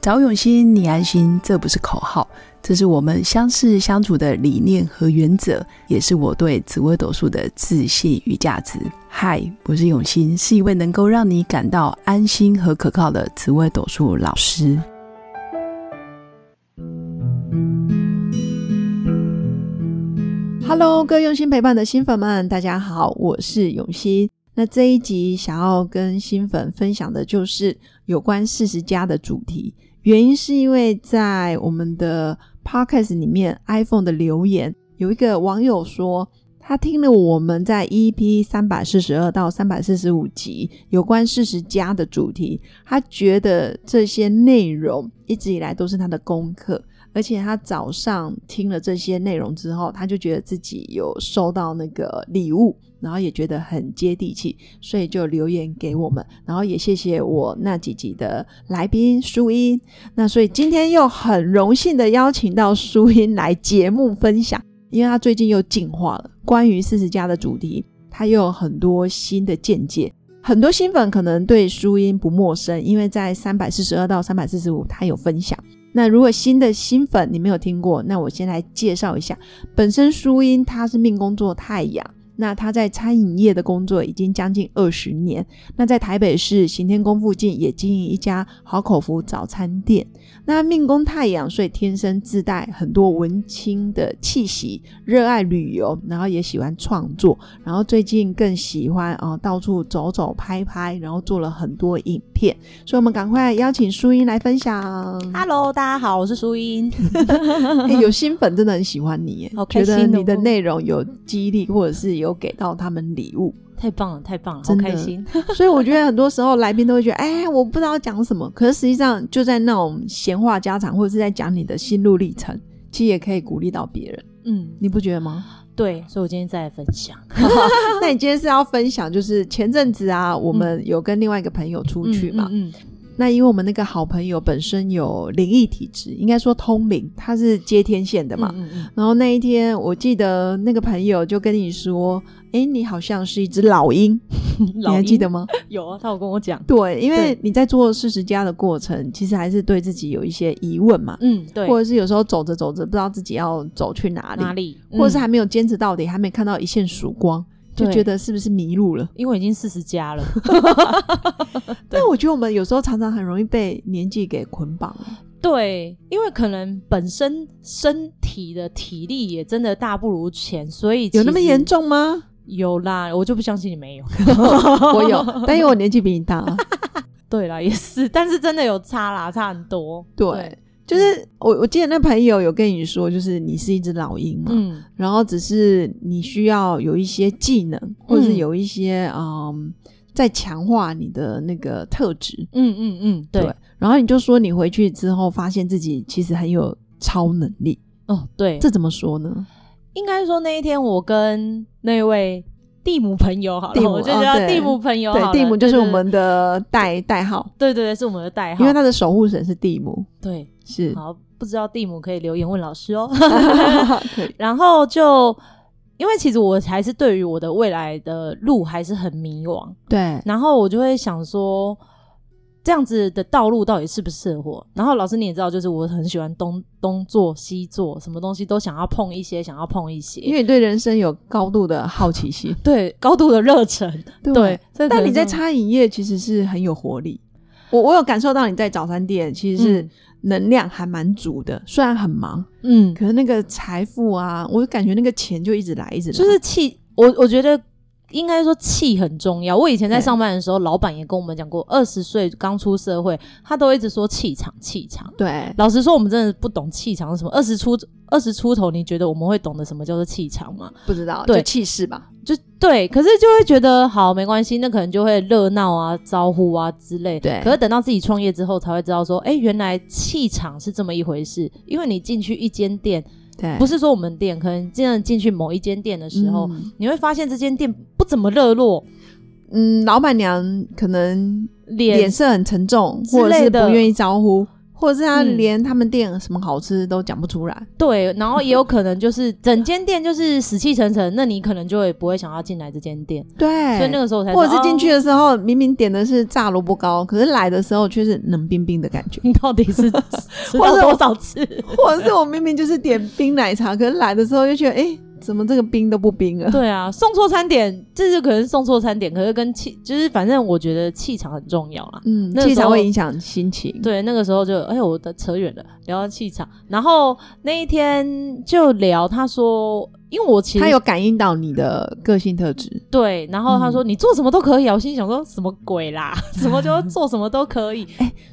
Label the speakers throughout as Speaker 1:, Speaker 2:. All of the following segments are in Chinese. Speaker 1: 找永新，你安心，这不是口号，这是我们相识相处的理念和原则，也是我对紫微斗数的自信与价值。嗨，我是永新，是一位能够让你感到安心和可靠的紫微斗数老师。
Speaker 2: Hello，各位用心陪伴的新粉们，大家好，我是永新。那这一集想要跟新粉分享的就是有关四十加的主题，原因是因为在我们的 podcast 里面，iPhone 的留言有一个网友说，他听了我们在 EP 三百四十二到三百四十五集有关四十加的主题，他觉得这些内容一直以来都是他的功课。而且他早上听了这些内容之后，他就觉得自己有收到那个礼物，然后也觉得很接地气，所以就留言给我们，然后也谢谢我那几集的来宾舒英。那所以今天又很荣幸的邀请到舒英来节目分享，因为他最近又进化了，关于四十加的主题，他又有很多新的见解。很多新粉可能对舒英不陌生，因为在三百四十二到三百四十五，他有分享。那如果新的新粉你没有听过，那我先来介绍一下。本身舒英她是命宫座太阳，那她在餐饮业的工作已经将近二十年。那在台北市行天宫附近也经营一家好口福早餐店。那命宫太阳，所以天生自带很多文青的气息，热爱旅游，然后也喜欢创作，然后最近更喜欢啊、哦、到处走走拍拍，然后做了很多影片。所以我们赶快邀请舒英来分 享。
Speaker 3: Hello，大家好，我是舒英。
Speaker 2: 欸、有新粉真的很喜欢你耶，
Speaker 3: 好开
Speaker 2: 觉
Speaker 3: 心
Speaker 2: 得你
Speaker 3: 哦
Speaker 2: 的内容有激励，或者是有给到他们礼物，
Speaker 3: 太棒了，太棒了，好
Speaker 2: 真的
Speaker 3: 开心。
Speaker 2: 所以我觉得很多时候来宾都会觉得，哎、我不知道讲什么，可是实际上就在那种闲话家常，或者是在讲你的心路历程，其实也可以鼓励到别人，
Speaker 3: 嗯，
Speaker 2: 你不觉得吗？
Speaker 3: 对，所以我今天再来分享。嗯
Speaker 2: 那你今天是要分享，就是前阵子啊，我们有跟另外一个朋友出去嘛，
Speaker 3: 嗯，嗯嗯
Speaker 2: 那因为我们那个好朋友本身有灵异体质，应该说通灵，他是接天线的嘛，
Speaker 3: 嗯 嗯
Speaker 2: 然后那一天，我记得那个朋友就跟你说：“哎，你好像是一只老鹰，
Speaker 3: 嗯老
Speaker 2: 你还
Speaker 3: 鹰
Speaker 2: 记得吗
Speaker 3: 有啊，他有跟我讲？”。
Speaker 2: 对，因为你在做四十加的过程，其实还是对自己有一些疑问嘛，
Speaker 3: 嗯，对，
Speaker 2: 或者是有时候走着走着不知道自己要走去哪里，
Speaker 3: 哪里，
Speaker 2: 或者是
Speaker 3: 嗯
Speaker 2: 还没有坚持到底，还没看到一线曙光，就
Speaker 3: 对
Speaker 2: 觉得是不是迷路了？
Speaker 3: 因为我已经四十 加了，
Speaker 2: 但我觉得我们有时候常常很容易被年纪给捆绑啊了。
Speaker 3: 对，因为可能本身身体的体力也真的大不如前，所以
Speaker 2: 有那么严
Speaker 3: 重？
Speaker 2: 重 吗？
Speaker 3: 有啦，我就不相信你没有。
Speaker 2: 我有，但因为我年纪比你大、啊。
Speaker 3: 对啦，也是，但是真的有差啦，差很多。
Speaker 2: 对，，就是我我记得那朋友有跟你说，就是你是一只老鹰嘛，
Speaker 3: 嗯，
Speaker 2: 然后只是你需要有一些技能，或者是有一些嗯在强化你的那个特质。
Speaker 3: 嗯嗯嗯，对，
Speaker 2: 然后你就说你回去之后发现自己其实很有超能力，
Speaker 3: 哦，对，
Speaker 2: 这怎么说呢？
Speaker 3: 应该说那一天我跟那位蒂姆朋友好
Speaker 2: 蒂
Speaker 3: 了，
Speaker 2: 姆
Speaker 3: 我就
Speaker 2: 哦
Speaker 3: 叫
Speaker 2: 对
Speaker 3: 蒂姆朋友好了
Speaker 2: 对，蒂姆就是我，
Speaker 3: 对
Speaker 2: 们的代代号，
Speaker 3: 对对对，是我们的代号，
Speaker 2: 因为他的守护神是蒂姆，
Speaker 3: 对，
Speaker 2: 是
Speaker 3: 好，不知道蒂姆可以留言问老师哦。
Speaker 2: 对，
Speaker 3: 然后就因为其实我还是对于我的未来的路还是很迷惘，
Speaker 2: 对，
Speaker 3: 然后我就会想说，这样子的道路到底适不适合我？然后老师你也知道，就是我很喜欢东东做西做，什么东西都想要碰一些，想要碰一些，
Speaker 2: 因为你对人生有高度的好奇心，
Speaker 3: 对高度的热忱，
Speaker 2: 对
Speaker 3: 对。所以可
Speaker 2: 但你
Speaker 3: 能
Speaker 2: 在
Speaker 3: 就
Speaker 2: 餐饮业其实是很有活力，我我有感受到你在早餐店其实是
Speaker 3: 嗯
Speaker 2: 能量还蛮足的，虽然很忙，
Speaker 3: 嗯，
Speaker 2: 可是那个财富啊，我感觉那个钱就一直来，一直来，
Speaker 3: 就是气，我我觉得应该说气很重要。我以前在
Speaker 2: 对
Speaker 3: 上班的时候，老板也跟我们讲过，二十岁刚出社会，他都一直说气场，气场。
Speaker 2: 对
Speaker 3: 老实说，我们真的不懂气场是什么。二十出二十出头，你觉得我们会懂得什么叫做气场吗？
Speaker 2: 不知道
Speaker 3: 对
Speaker 2: 就气势吧，
Speaker 3: 就对，可是就会觉得好没关系，那可能就会热闹啊、招呼啊之类。
Speaker 2: 对
Speaker 3: 可是等到自己创业之后，才会知道说，哎，原来气场是这么一回事。因为你进去一间店，
Speaker 2: 对
Speaker 3: 不
Speaker 2: 是
Speaker 3: 是说我们店，可能真的进去某一间店的时候，
Speaker 2: 嗯
Speaker 3: 你会发现这间店不怎么热络，
Speaker 2: 嗯，老板娘可能
Speaker 3: 脸
Speaker 2: 脸色很沉重，
Speaker 3: 之
Speaker 2: 或者是
Speaker 3: 类
Speaker 2: 不
Speaker 3: 的
Speaker 2: 愿意招呼，或者是他
Speaker 3: 嗯
Speaker 2: 连他们店有什么好吃都讲不出来。
Speaker 3: 对，然后也有可能就是整间店就是死气沉沉，那你可能就也不会想要进来这间店，
Speaker 2: 对，
Speaker 3: 所以那个时候我才
Speaker 2: 哎
Speaker 3: 哦
Speaker 2: 或者是进去
Speaker 3: 了，。
Speaker 2: 的时候，明明点的是炸萝卜糕，可是来的时候却是冷冰冰的感觉
Speaker 3: 你到底 是吃
Speaker 2: 或
Speaker 3: 到
Speaker 2: 者我
Speaker 3: 多少次？
Speaker 2: 或者是我明明就是点冰奶茶，可是来的时候就觉得，哎、怎么这个冰都不冰了？
Speaker 3: 对 啊，送错餐点，这就可能是送错餐点，可是跟气就是反正我觉得气场很重要啦。
Speaker 2: 嗯，
Speaker 3: 那时候
Speaker 2: 气场会影响心情。
Speaker 3: 对，那个时候就哎呦，我的扯远了，聊到气场。然后那一天就聊，他说，因为我其实
Speaker 2: 它有感应到你的个性特质。
Speaker 3: 对，然后他说、
Speaker 2: 嗯
Speaker 3: 你做什么都可以啊，我心里想说什么鬼 啦，什么就做什么都可以，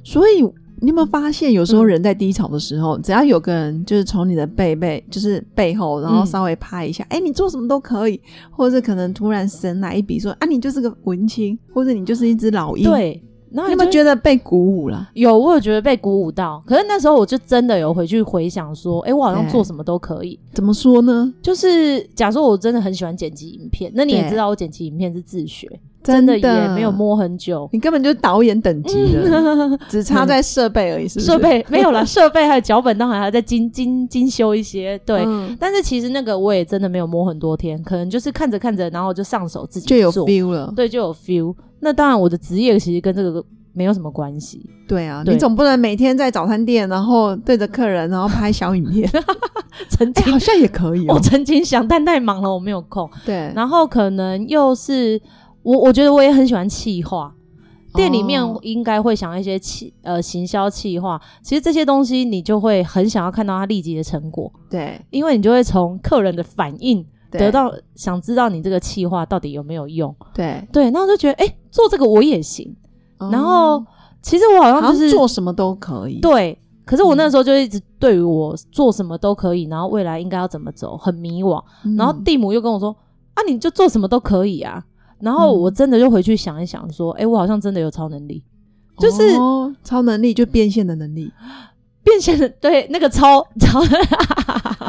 Speaker 2: 所以你有没有发现，有
Speaker 3: 嗯
Speaker 2: 时候人在低潮的时候，只要有个人就是从你的背背，就是背后，然后
Speaker 3: 嗯
Speaker 2: 稍微拍一下，哎、你做什么都可以，或者是可能突然神来一笔说，啊，你就是个文青，或者你就是一只老鹰。，
Speaker 3: 对。然后
Speaker 2: 你有没有
Speaker 3: 就
Speaker 2: 觉得被鼓舞了？
Speaker 3: 有，我有觉得被鼓舞到。可是那时候我就真的有回去回想说，哎、我好像
Speaker 2: 对
Speaker 3: 做什么都可以。
Speaker 2: 怎么说呢？
Speaker 3: 就是假说我真的很喜欢剪辑影片，那你也
Speaker 2: 对
Speaker 3: 知道我剪辑影片是自学，
Speaker 2: 真
Speaker 3: 的也没有，嗯摸很久。
Speaker 2: 你根本 就是导演等级 的， 只差在设备而已，是不是？
Speaker 3: 设备没有 了，设备还有脚本当然还要再精精精修一些。对，
Speaker 2: 嗯
Speaker 3: 但是其实那个我也真的没有摸很多天，可能就是看着看着，然后就上手自己
Speaker 2: 就有
Speaker 3: 做
Speaker 2: feel 了。
Speaker 3: 对，就有 feel。那当然，我的职业其实跟这个没有什么关系。
Speaker 2: 对啊，
Speaker 3: 对
Speaker 2: 你总不能每天在早餐店，然后对着客人，然后拍小影 片，
Speaker 3: 曾
Speaker 2: 哎、
Speaker 3: 经、
Speaker 2: 好像也可以、哦
Speaker 3: 我。曾经想，但太忙了，我没有空。
Speaker 2: 对，
Speaker 3: 然后可能又是我，我觉得我也很喜欢企划。店里面
Speaker 2: 哦
Speaker 3: 应该会想一些企呃行销企划，其实这些东西你就会很想要看到它立即的成果，
Speaker 2: 对
Speaker 3: 因为你就会从客人的反应
Speaker 2: 对
Speaker 3: 得到想知道你这个企划到底有没有用。
Speaker 2: 对，
Speaker 3: 对，然后就觉得哎、诶做这个我也行。然后
Speaker 2: 哦
Speaker 3: 其实我好像
Speaker 2: 好
Speaker 3: 就是
Speaker 2: 像做什么都可以。
Speaker 3: 对，可是我那
Speaker 2: 嗯
Speaker 3: 时候就一直对于我做什么都可以，然后未来应该要怎么走很迷惘。
Speaker 2: 嗯，
Speaker 3: 然后蒂姆又跟我说：“啊，你就做什么都可以啊。”然后
Speaker 2: 嗯
Speaker 3: 我真的就回去想一想，说：“哎、我好像真的有超能力，就是
Speaker 2: 哦超能力，就变现的能 力，
Speaker 3: 变现的对那个超超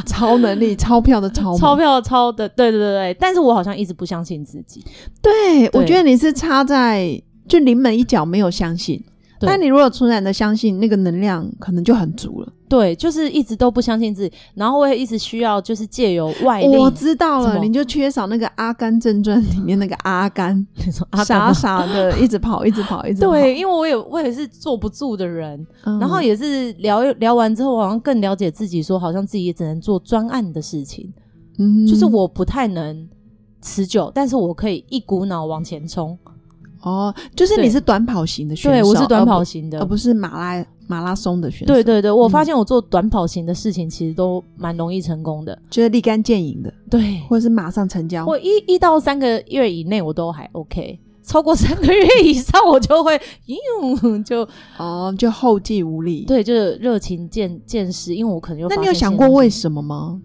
Speaker 2: 超能力，钞票的钞嘛，
Speaker 3: 钞票超的，对对对对。”但是我好像一直不相信自己。
Speaker 2: 对，我
Speaker 3: 对
Speaker 2: 觉得你是插在就临门一脚，没有相信。
Speaker 3: 对
Speaker 2: 但你如果突然的相信，那个能量可能就很足了。
Speaker 3: 对，就是一直都不相信自己，然后我也一直需要就是借由外力。
Speaker 2: 我知道
Speaker 3: 什
Speaker 2: 了，
Speaker 3: 么
Speaker 2: 你就缺少那个《阿甘正传》里面那个阿甘，
Speaker 3: 你说啊，干
Speaker 2: 傻
Speaker 3: 嘛
Speaker 2: 傻的一直跑，一直跑，一直跑。
Speaker 3: 对，因为我也我也是坐不住的人，
Speaker 2: 嗯，
Speaker 3: 然后也是聊一聊完之后，我好像更了解自己说好像自己也只能做专案的事情，
Speaker 2: 嗯
Speaker 3: 就是我不太能持久，但是我可以一股脑往前冲。
Speaker 2: 哦，就是你
Speaker 3: 对
Speaker 2: 是短跑型的选手，
Speaker 3: 对，我是短跑
Speaker 2: 而
Speaker 3: 型
Speaker 2: 不，
Speaker 3: 的
Speaker 2: 而。不是马拉马拉松的选手。
Speaker 3: 对，对对，我
Speaker 2: 嗯
Speaker 3: 发现我做短跑型的事情其实都蛮容易成功的。
Speaker 2: 就是立竿见影的，
Speaker 3: 对，
Speaker 2: 或者是马上成交。
Speaker 3: 我一一到三个月以内我都还 OK，超过三个月以上我就会， 嗯，就
Speaker 2: 哦，就后继无力。，
Speaker 3: 对，就是热情见见识，因为我可能又
Speaker 2: 那
Speaker 3: 发
Speaker 2: 你有
Speaker 3: 现
Speaker 2: 想
Speaker 3: 新
Speaker 2: 过
Speaker 3: 东西
Speaker 2: 为什么吗？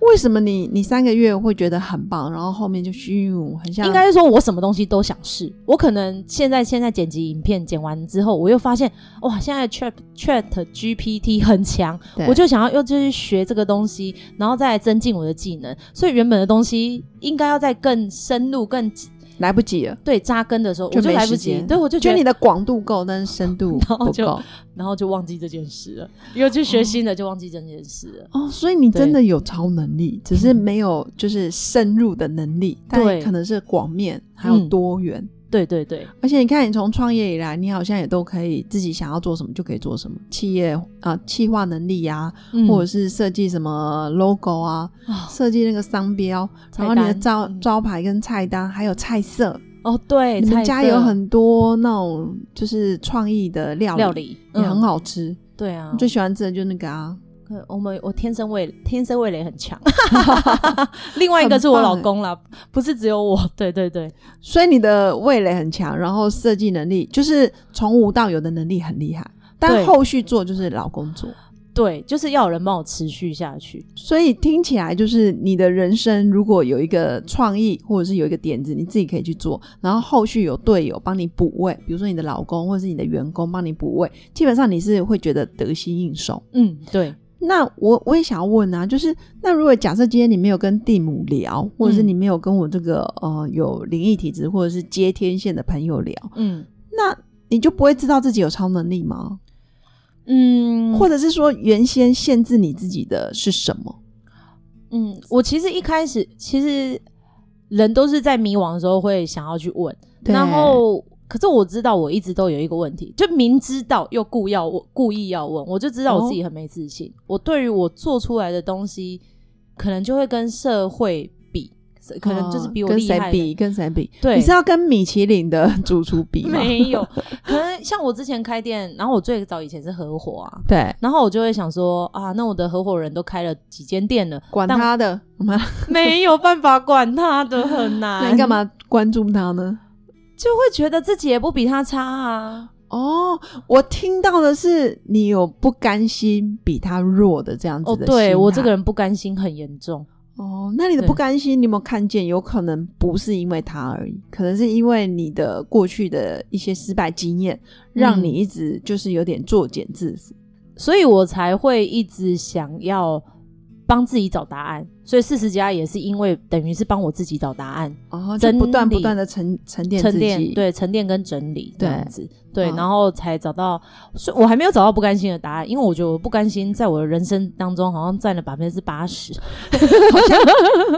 Speaker 2: 为什么你你三个月会觉得很棒，然后后面就虚无，很像
Speaker 3: 应该是说我什么东西都想试。我可能现在现在剪辑影片，剪完之后，我又发现哇，现在 Chat Chat GPT 很强，
Speaker 2: 对
Speaker 3: 我就想要又就是学这个东西，然后再来增进我的技能。所以原本的东西应该要在更深入、更
Speaker 2: 来不及了，
Speaker 3: 对扎根的时候，
Speaker 2: 就
Speaker 3: 我就
Speaker 2: 没
Speaker 3: 来
Speaker 2: 时
Speaker 3: 不及
Speaker 2: 间。
Speaker 3: 对，我就
Speaker 2: 就
Speaker 3: 觉得
Speaker 2: 你的广度够，但是深度
Speaker 3: 然后
Speaker 2: 不
Speaker 3: 就
Speaker 2: 够。
Speaker 3: 然后就忘记这件事了，又去学新的就忘记这件事了。
Speaker 2: 哦，所以你真
Speaker 3: 对
Speaker 2: 的有超能力，只是没有就是深入的能力，但
Speaker 3: 对
Speaker 2: 可能是广面还有
Speaker 3: 嗯
Speaker 2: 多元。
Speaker 3: 对对对，
Speaker 2: 而且你看，你从创业以来，你好像也都可以自己想要做什么就可以做什么，企业啊、呃企划能力啊，
Speaker 3: 嗯
Speaker 2: 或者是设计什么 logo 啊，
Speaker 3: 啊
Speaker 2: 设计那个商标，
Speaker 3: 菜
Speaker 2: 然后你的
Speaker 3: 单
Speaker 2: 招
Speaker 3: 嗯
Speaker 2: 招牌跟菜单，还有菜色，
Speaker 3: 哦对，
Speaker 2: 你们
Speaker 3: 菜
Speaker 2: 家
Speaker 3: 色
Speaker 2: 有很多那种就是创意的料理，
Speaker 3: 料理
Speaker 2: 也很，
Speaker 3: 嗯
Speaker 2: 好吃。
Speaker 3: 对啊
Speaker 2: 我，最喜欢吃的就是那个啊，
Speaker 3: 可我们我天生味 天生味蕾很 强，另外一个是我老公啦，不是只有我。 对对对，
Speaker 2: 所以你的味蕾很强，然后设计能力就是从无到有的能力很厉害，但
Speaker 3: 对
Speaker 2: 后续做就是老公做。
Speaker 3: 对，就是要有人帮我持续下去。
Speaker 2: 所以听起来就是你的人生，如果有一个创意或者是有一个点子，你自己可以去做，然后后续有队友帮你补位，比如说你的老公或者是你的员工帮你补位，基本上你是会觉得得心应手。
Speaker 3: 嗯，对，
Speaker 2: 那我我也想要问啊，就是那如果假设今天你没有跟蒂姆聊，或者是
Speaker 3: 嗯
Speaker 2: 你没有跟我这个呃有灵异体质或者是接天线的朋友聊，
Speaker 3: 嗯，
Speaker 2: 那你就不会知道自己有超能力吗？
Speaker 3: 嗯，
Speaker 2: 或者是说原先限制你自己的是什么？
Speaker 3: 嗯，我其实一开始其实人都是在迷惘的时候会想要去问，
Speaker 2: 对
Speaker 3: 然后可是我知道我一直都有一个问题，就明知道又故要我故意要问，我就知道我自己很没自信。我对于我做出来的东西，可能就会跟社会比，可能就是比我
Speaker 2: 哦跟
Speaker 3: 厉
Speaker 2: 谁
Speaker 3: 害的。
Speaker 2: 比？跟谁比？
Speaker 3: 对
Speaker 2: 你是要跟米其林的主厨比吗？
Speaker 3: 没有，可能像我之前开店，然后我最早以前是合伙啊，
Speaker 2: 对，
Speaker 3: 然后我就会想说啊，那我的合伙人都开了几间 店了，
Speaker 2: 管
Speaker 3: 但
Speaker 2: 他的，
Speaker 3: 没有办法管他的，很
Speaker 2: 那
Speaker 3: 难。
Speaker 2: 你干嘛关注他呢？
Speaker 3: 嗯就会觉得自己也不比他差啊。
Speaker 2: 哦，我听到的是你有不甘心比他弱的这样子
Speaker 3: 哦，
Speaker 2: 的心态。
Speaker 3: 对我这个人不甘心很严重。
Speaker 2: 哦，那你的
Speaker 3: 对
Speaker 2: 不甘心，你有没有看见？有可能不是因为他而已，可能是因为你的过去的一些失败经验，让你一直就是有点作茧自缚。
Speaker 3: 所以我才会一直想要帮自己找答案。所以四十加也是因为等于是帮我自己找答案，
Speaker 2: 哦，就
Speaker 3: 整理
Speaker 2: 不断不断的沉沉淀自
Speaker 3: 沉
Speaker 2: 己，
Speaker 3: 淀对沉淀跟整理这
Speaker 2: 对嗯
Speaker 3: 样子，对，
Speaker 2: 好
Speaker 3: 然后才找到。所以我还没有找到不甘心的答案，因为我觉得我不甘心在我的人生当中好像占了百分之八十。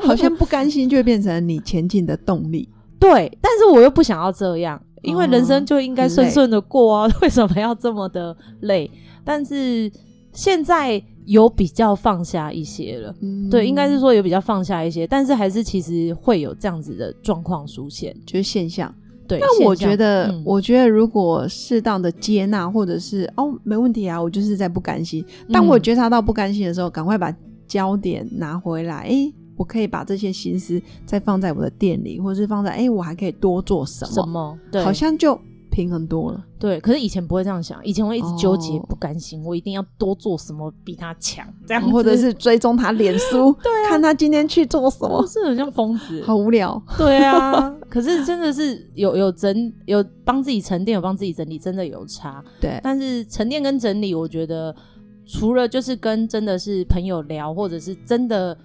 Speaker 2: 好像 不甘心就会变成你前进的动力。
Speaker 3: 对，但是我又不想要这样，因为人生
Speaker 2: 哦
Speaker 3: 就应该
Speaker 2: 很
Speaker 3: 顺
Speaker 2: 累
Speaker 3: 顺的过啊， 为什么要这么的累？但是现在有比较放下一些了，
Speaker 2: 嗯
Speaker 3: 对，应该是说有比较放下一些，但是还是其实会有这样子的状况出现。
Speaker 2: 嗯就是现象。
Speaker 3: 对，
Speaker 2: 但
Speaker 3: 现
Speaker 2: 我
Speaker 3: 象
Speaker 2: 觉得，
Speaker 3: 嗯
Speaker 2: 我觉得如果适当的接纳，或者是哦，没问题啊，我就是在不甘心。当我
Speaker 3: 嗯
Speaker 2: 觉察到不甘心的时候，赶快把焦点拿回来。诶，我可以把这些心思再放在我的店里，或者是放在诶，我还可以多做什么，
Speaker 3: 什么对，
Speaker 2: 好像就平衡多了。
Speaker 3: 对，可是以前不会这样想，以前会一直纠结
Speaker 2: 哦
Speaker 3: 不甘心，我一定要多做什么比他强，这样
Speaker 2: 或者
Speaker 3: 子啊
Speaker 2: 是追踪他脸书， 对、看他今天去做什
Speaker 3: 我
Speaker 2: 么，
Speaker 3: 是很像疯子，
Speaker 2: 好无 聊。
Speaker 3: 对啊，可是真的是有有整有帮自己沉淀，有帮自己整理，真的有差。
Speaker 2: 对，
Speaker 3: 但是沉淀跟整理，我觉得除了就是跟真的是朋友聊，或者是真的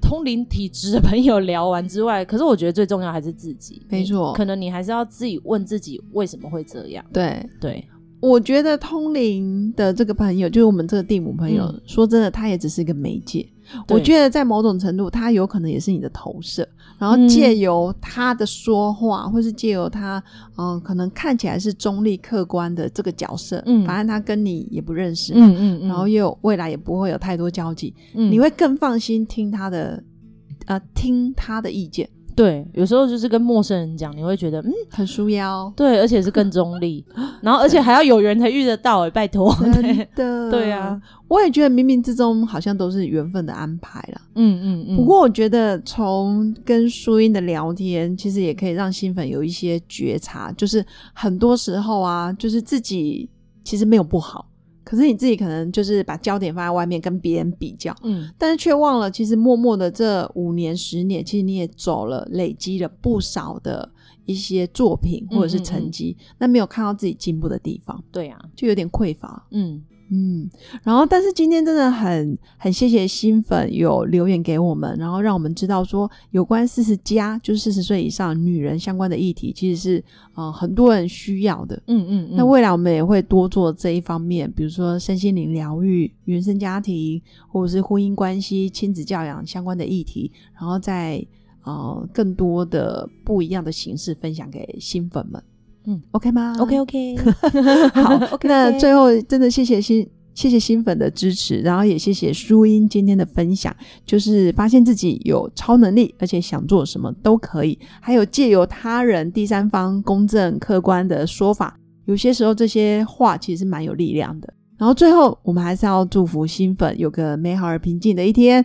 Speaker 3: 通灵体质的朋友聊完之外，可是我觉得最重要还是自己。
Speaker 2: 没错
Speaker 3: 你可能你还是要自己问自己为什么会这样。
Speaker 2: 对，
Speaker 3: 对，
Speaker 2: 我觉得通灵的这个朋友，就是我们这个第五朋友，
Speaker 3: 嗯
Speaker 2: 说真的，他也只是一个媒介。
Speaker 3: 对
Speaker 2: 我觉得在某种程度，他有可能也是你的投射，然后
Speaker 3: 嗯
Speaker 2: 借由他的说话，或是借由他，嗯、可能看起来是中立客观的这个角色，
Speaker 3: 嗯
Speaker 2: 反正他跟你也不认识，
Speaker 3: 嗯嗯嗯
Speaker 2: 然后又未来也不会有太多交集，
Speaker 3: 嗯
Speaker 2: 你会更放心听他的，呃，听他的意见，
Speaker 3: 对，有时候就是跟陌生人讲，你会觉得嗯，
Speaker 2: 很舒哦腰，
Speaker 3: 对，而且是更中立，然后而且还要有人才遇得到哎、拜托。对
Speaker 2: 真的，
Speaker 3: 对啊，
Speaker 2: 我也觉得冥冥之中好像都是缘分的安排啦。
Speaker 3: 嗯嗯嗯。
Speaker 2: 不过我觉得从跟舒英的聊天，其实也可以让新粉有一些觉察，就是很多时候啊，就是自己其实没有不好，可是你自己可能就是把焦点放在外面跟别人比较，
Speaker 3: 嗯，
Speaker 2: 但是却忘了，其实默默的这五年、十年，其实你也走了，累积了不少的一些作品或者是成绩，那没有看到自己进步的地方，
Speaker 3: 对啊，
Speaker 2: 就有点匮乏。
Speaker 3: 嗯，
Speaker 2: 嗯，然后但是今天真的很很谢谢新粉有留言给我们，然后让我们知道说有关四十加就是四十岁以上女人相关的议题，其实是呃很多人需要的。
Speaker 3: 嗯嗯，嗯
Speaker 2: 那未来我们也会多做这一方面，比如说身心灵疗愈、原生家庭，或者是婚姻关系、亲子教养相关的议题，然后再呃更多的不一样的形式分享给新粉们。
Speaker 3: 嗯
Speaker 2: ，OK 吗
Speaker 3: OK OK，
Speaker 2: 好
Speaker 3: OK，
Speaker 2: 那最后真的谢谢新。谢谢新粉的支持，然后也谢谢舒英今天的分享，就是发现自己有超能力，而且想做什么都可以，还有借由他人、第三方公正客观的说法，有些时候这些话其实蛮有力量的。然后最后，我们还是要祝福新粉有个美好而平静的一天。